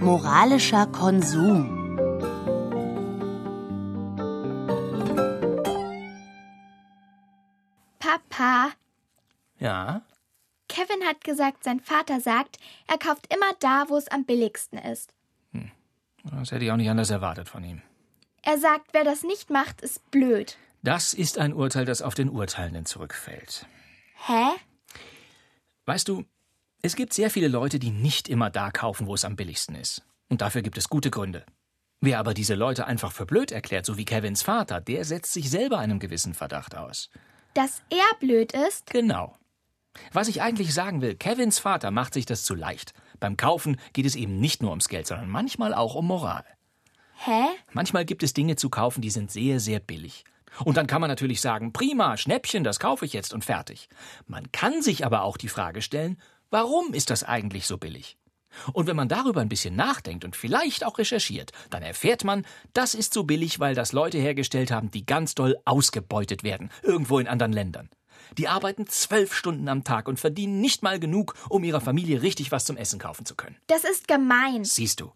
Moralischer Konsum. Papa, Ja? Kevin hat gesagt, sein Vater sagt, er kauft immer da, wo es am billigsten ist. Das hätte ich auch nicht anders erwartet von ihm. Er sagt, wer das nicht macht, ist blöd. Das ist ein Urteil, das auf den Urteilenden zurückfällt. Hä? Weißt du, es gibt sehr viele Leute, die nicht immer da kaufen, wo es am billigsten ist. Und dafür gibt es gute Gründe. Wer aber diese Leute einfach für blöd erklärt, so wie Kevins Vater, der setzt sich selber einem gewissen Verdacht aus. Dass er blöd ist? Genau. Was ich eigentlich sagen will, Kevins Vater macht sich das zu leicht. Beim Kaufen geht es eben nicht nur ums Geld, sondern manchmal auch um Moral. Hä? Manchmal gibt es Dinge zu kaufen, die sind sehr, sehr billig. Und dann kann man natürlich sagen, prima, Schnäppchen, das kaufe ich jetzt und fertig. Man kann sich aber auch die Frage stellen, warum ist das eigentlich so billig? Und wenn man darüber ein bisschen nachdenkt und vielleicht auch recherchiert, dann erfährt man, das ist so billig, weil das Leute hergestellt haben, die ganz doll ausgebeutet werden, irgendwo in anderen Ländern. Die arbeiten zwölf Stunden am Tag und verdienen nicht mal genug, um ihrer Familie richtig was zum Essen kaufen zu können. Das ist gemein. Siehst du.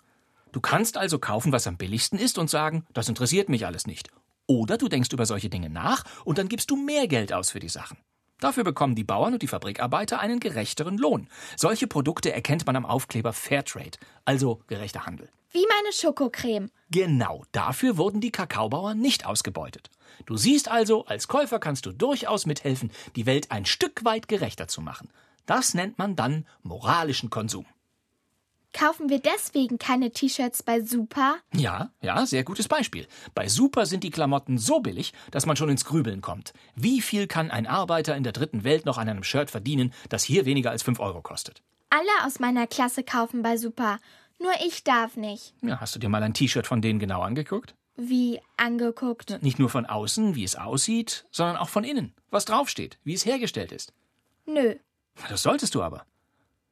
Du kannst also kaufen, was am billigsten ist und sagen, das interessiert mich alles nicht. Oder du denkst über solche Dinge nach und dann gibst du mehr Geld aus für die Sachen. Dafür bekommen die Bauern und die Fabrikarbeiter einen gerechteren Lohn. Solche Produkte erkennt man am Aufkleber Fairtrade, also gerechter Handel. Wie meine Schokocreme. Genau dafür wurden die Kakaobauern nicht ausgebeutet. Du siehst also, als Käufer kannst du durchaus mithelfen, die Welt ein Stück weit gerechter zu machen. Das nennt man dann moralischen Konsum. Kaufen wir deswegen keine T-Shirts bei Super? Ja, ja, sehr gutes Beispiel. Bei Super sind die Klamotten so billig, dass man schon ins Grübeln kommt. Wie viel kann ein Arbeiter in der dritten Welt noch an einem Shirt verdienen, das hier weniger als 5 Euro kostet? Alle aus meiner Klasse kaufen bei Super. Nur ich darf nicht. Ja, hast du dir mal ein T-Shirt von denen genau angeguckt? Wie angeguckt. Nicht nur von außen, wie es aussieht, sondern auch von innen, was draufsteht, wie es hergestellt ist. Nö. Das solltest du aber.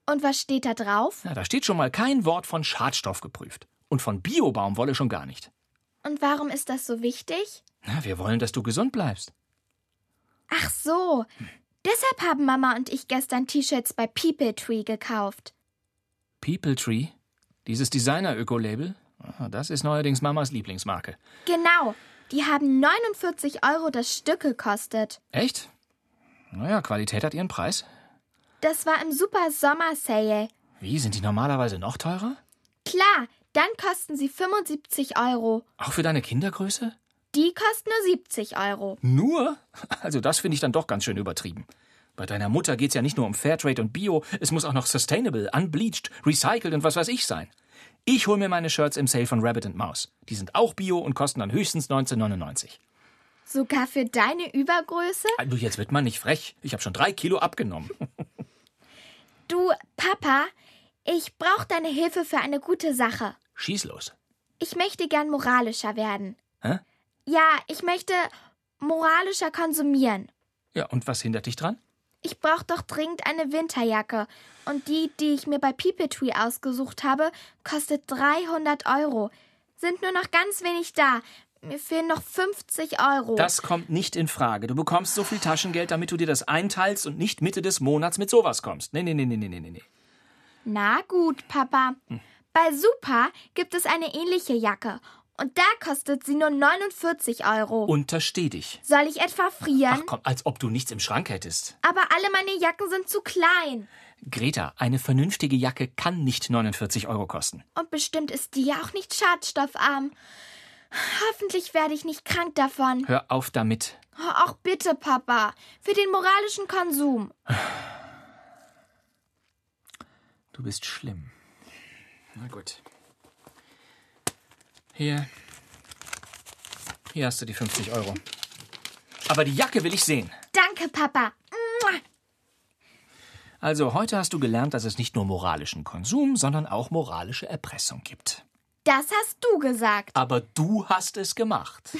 Und was steht da drauf? Ja, da steht schon mal kein Wort von Schadstoff geprüft. Und von Biobaumwolle schon gar nicht. Und warum ist das so wichtig? Na, wir wollen, dass du gesund bleibst. Ach so. Deshalb haben Mama und ich gestern T-Shirts bei People Tree gekauft. People Tree, dieses Designer-Öko-Label, ah, das ist neuerdings Mamas Lieblingsmarke. Genau. Die haben 49 Euro das Stück gekostet. Echt? Naja, Qualität hat ihren Preis. Das war im Super Sommer Sale. Wie, sind die normalerweise noch teurer? Klar, dann kosten sie 75 Euro. Auch für deine Kindergröße? Die kosten nur 70 Euro. Nur? Also das finde ich dann doch ganz schön übertrieben. Bei deiner Mutter geht's ja nicht nur um Fairtrade und Bio, es muss auch noch sustainable, unbleached, recycelt und was weiß ich sein. Ich hol mir meine Shirts im Sale von Rabbit and Mouse. Die sind auch Bio und kosten dann höchstens 19,99. Sogar für deine Übergröße? Ah, Du, jetzt wird man nicht frech. Ich habe schon drei Kilo abgenommen. Du, Papa, ich brauche deine Hilfe für eine gute Sache. Schieß los. Ich möchte gern moralischer werden. Hä? Ja, ich möchte moralischer konsumieren. Ja, und was hindert dich dran? Ich brauche doch dringend eine Winterjacke. Und die, die ich mir bei People Tree ausgesucht habe, kostet 300 Euro. Sind nur noch ganz wenig da. Mir fehlen noch 50 Euro. Das kommt nicht in Frage. Du bekommst so viel Taschengeld, damit du dir das einteilst und nicht Mitte des Monats mit sowas kommst. Nee, nee, nee, nee, nee, nee, nee. Na gut, Papa. Hm. Bei Super gibt es eine ähnliche Jacke. Und da kostet sie nur 49 Euro. Untersteh dich. Soll ich etwa frieren? Ach komm, als ob du nichts im Schrank hättest. Aber alle meine Jacken sind zu klein. Greta, eine vernünftige Jacke kann nicht 49 Euro kosten. Und bestimmt ist die ja auch nicht schadstoffarm. Hoffentlich werde ich nicht krank davon. Hör auf damit. Auch bitte, Papa. Für den moralischen Konsum. Du bist schlimm. Na gut. Hier. Hier hast du die 50 Euro. Aber die Jacke will ich sehen. Danke, Papa. Mua. Also, heute hast du gelernt, dass es nicht nur moralischen Konsum, sondern auch moralische Erpressung gibt. Das hast du gesagt. Aber du hast es gemacht.